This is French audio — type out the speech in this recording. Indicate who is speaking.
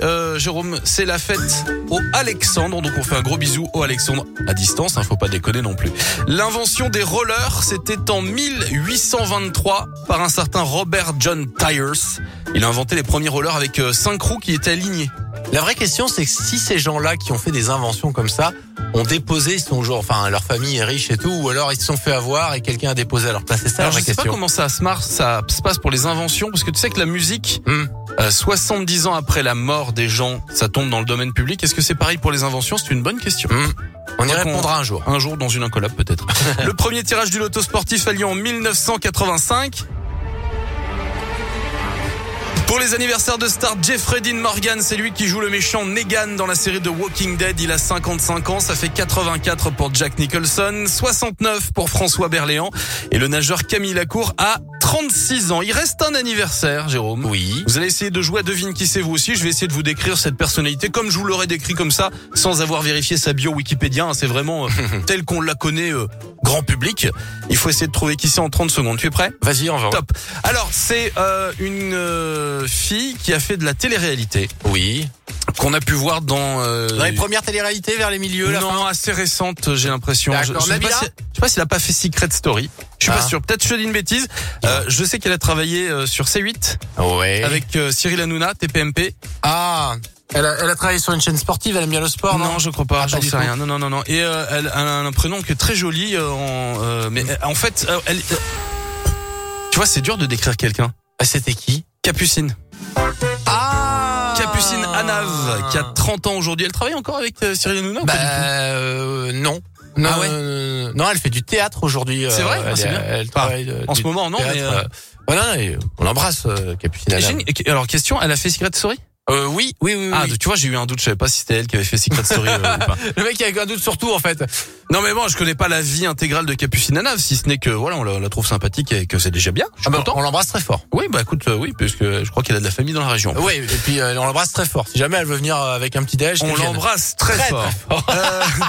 Speaker 1: euh, Jérôme, c'est la fête au Alexandre. Donc on fait un gros bisou au Alexandre à distance, hein, faut pas déconner non plus. L'invention des rollers, c'était en 1823 par un certain Robert John Tyers. Il a inventé les premiers rollers avec euh, cinq roues qui étaient alignées.
Speaker 2: La vraie question, c'est que si ces gens-là qui ont fait des inventions comme ça ont déposé, ils sont genre, enfin, leur famille est riche et tout, ou alors ils se sont fait avoir et quelqu'un a déposé à leur place. C'est ça
Speaker 1: Alors
Speaker 2: la
Speaker 1: je
Speaker 2: vraie
Speaker 1: sais pas
Speaker 2: question.
Speaker 1: comment ça se, marche, ça se passe pour les inventions, parce que tu sais que la musique,
Speaker 2: Hmm.
Speaker 1: euh, 70 ans après la mort des gens, ça tombe dans le domaine public. Est-ce que c'est pareil pour les inventions C'est une bonne question.
Speaker 2: On y
Speaker 1: Faudra qu'on-
Speaker 2: répondra un jour.
Speaker 1: Un jour dans une incollable peut-être. le premier tirage du loto sportif a lieu en 1985. Pour les anniversaires de star Jeffrey Dean Morgan, c'est lui qui joue le méchant Negan dans la série de Walking Dead. Il a 55 ans, ça fait 84 pour Jack Nicholson, 69 pour François Berléand et le nageur Camille Lacour a 36 ans. Il reste un anniversaire, Jérôme.
Speaker 2: Oui.
Speaker 1: Vous allez essayer de jouer à devine qui c'est vous aussi. Je vais essayer de vous décrire cette personnalité comme je vous l'aurais décrit comme ça, sans avoir vérifié sa bio Wikipédia. hein. C'est vraiment euh, tel qu'on la connaît, euh, grand public. Il faut essayer de trouver qui c'est en 30 secondes. Tu es prêt
Speaker 2: Vas-y, on va.
Speaker 1: Top. Alors, c'est euh, une euh, fille qui a fait de la télé-réalité
Speaker 2: Oui.
Speaker 1: qu'on a pu voir dans. euh,
Speaker 2: Dans les premières téléréalités vers les milieux, là.
Speaker 1: non, assez récente, j'ai l'impression. Je,
Speaker 2: D'accord.
Speaker 1: je sais pas
Speaker 2: Nabila
Speaker 1: si- je sais pas s'il a pas fait Secret Story. Je suis pas
Speaker 2: Ah.
Speaker 1: sûr. Peut-être je te dis une bêtise. Euh, je sais qu'elle a travaillé euh, sur C8
Speaker 2: Eh Ah Ouais.
Speaker 1: avec euh, Cyril Hanouna, TPMP.
Speaker 2: Ah. Elle a, elle a travaillé sur une chaîne sportive, elle aime bien le sport, non,
Speaker 1: Non, je crois pas,
Speaker 2: Ah,
Speaker 1: j'en
Speaker 2: pas du
Speaker 1: sais
Speaker 2: tout.
Speaker 1: rien. Non, non, non, non. Et euh, elle, elle a un prénom qui est très joli. euh, en, euh, mais euh, en fait, euh, elle. euh, tu vois, c'est dur de décrire quelqu'un.
Speaker 2: Ah, C'était qui
Speaker 1: Capucine.
Speaker 2: Ah.
Speaker 1: Capucine Anave, qui a 30 ans aujourd'hui. Elle travaille encore avec euh, Cyril Hanouna ou
Speaker 2: Bah
Speaker 1: pas du tout
Speaker 2: euh, non. Non,
Speaker 1: Ah ouais
Speaker 2: euh, non, elle fait du théâtre aujourd'hui. euh,
Speaker 1: C'est vrai Ah,
Speaker 2: elle,
Speaker 1: c'est bien.
Speaker 2: elle travaille euh,
Speaker 1: En
Speaker 2: du
Speaker 1: ce moment, non,
Speaker 2: théâtre,
Speaker 1: mais. euh,
Speaker 2: euh, voilà, et on l'embrasse, euh, Capucine Anna.
Speaker 1: Gine- et- alors, question, elle a fait Secret Story
Speaker 2: Euh, oui, oui, oui.
Speaker 1: Ah,
Speaker 2: oui.
Speaker 1: tu vois, j'ai eu un doute, je savais pas si c'était elle qui avait fait Secret Story euh, ou pas.
Speaker 2: Le mec avec un doute sur tout en fait. Ah,
Speaker 1: Non, mais bon, je connais pas la vie intégrale de Capucine Anave, si ce n'est que, voilà, on la, la trouve sympathique et que c'est déjà bien. Je suis
Speaker 2: Ah bah,
Speaker 1: content.
Speaker 2: on l'embrasse très fort.
Speaker 1: Oui, bah écoute, euh, oui, puisque je crois qu'elle a de la famille dans la région.
Speaker 2: Oui, et puis euh, on l'embrasse très fort. Si jamais elle veut venir euh, avec un petit déj,
Speaker 1: On
Speaker 2: qu'elle vienne.
Speaker 1: l'embrasse très,
Speaker 2: Très,
Speaker 1: fort. Euh, dans-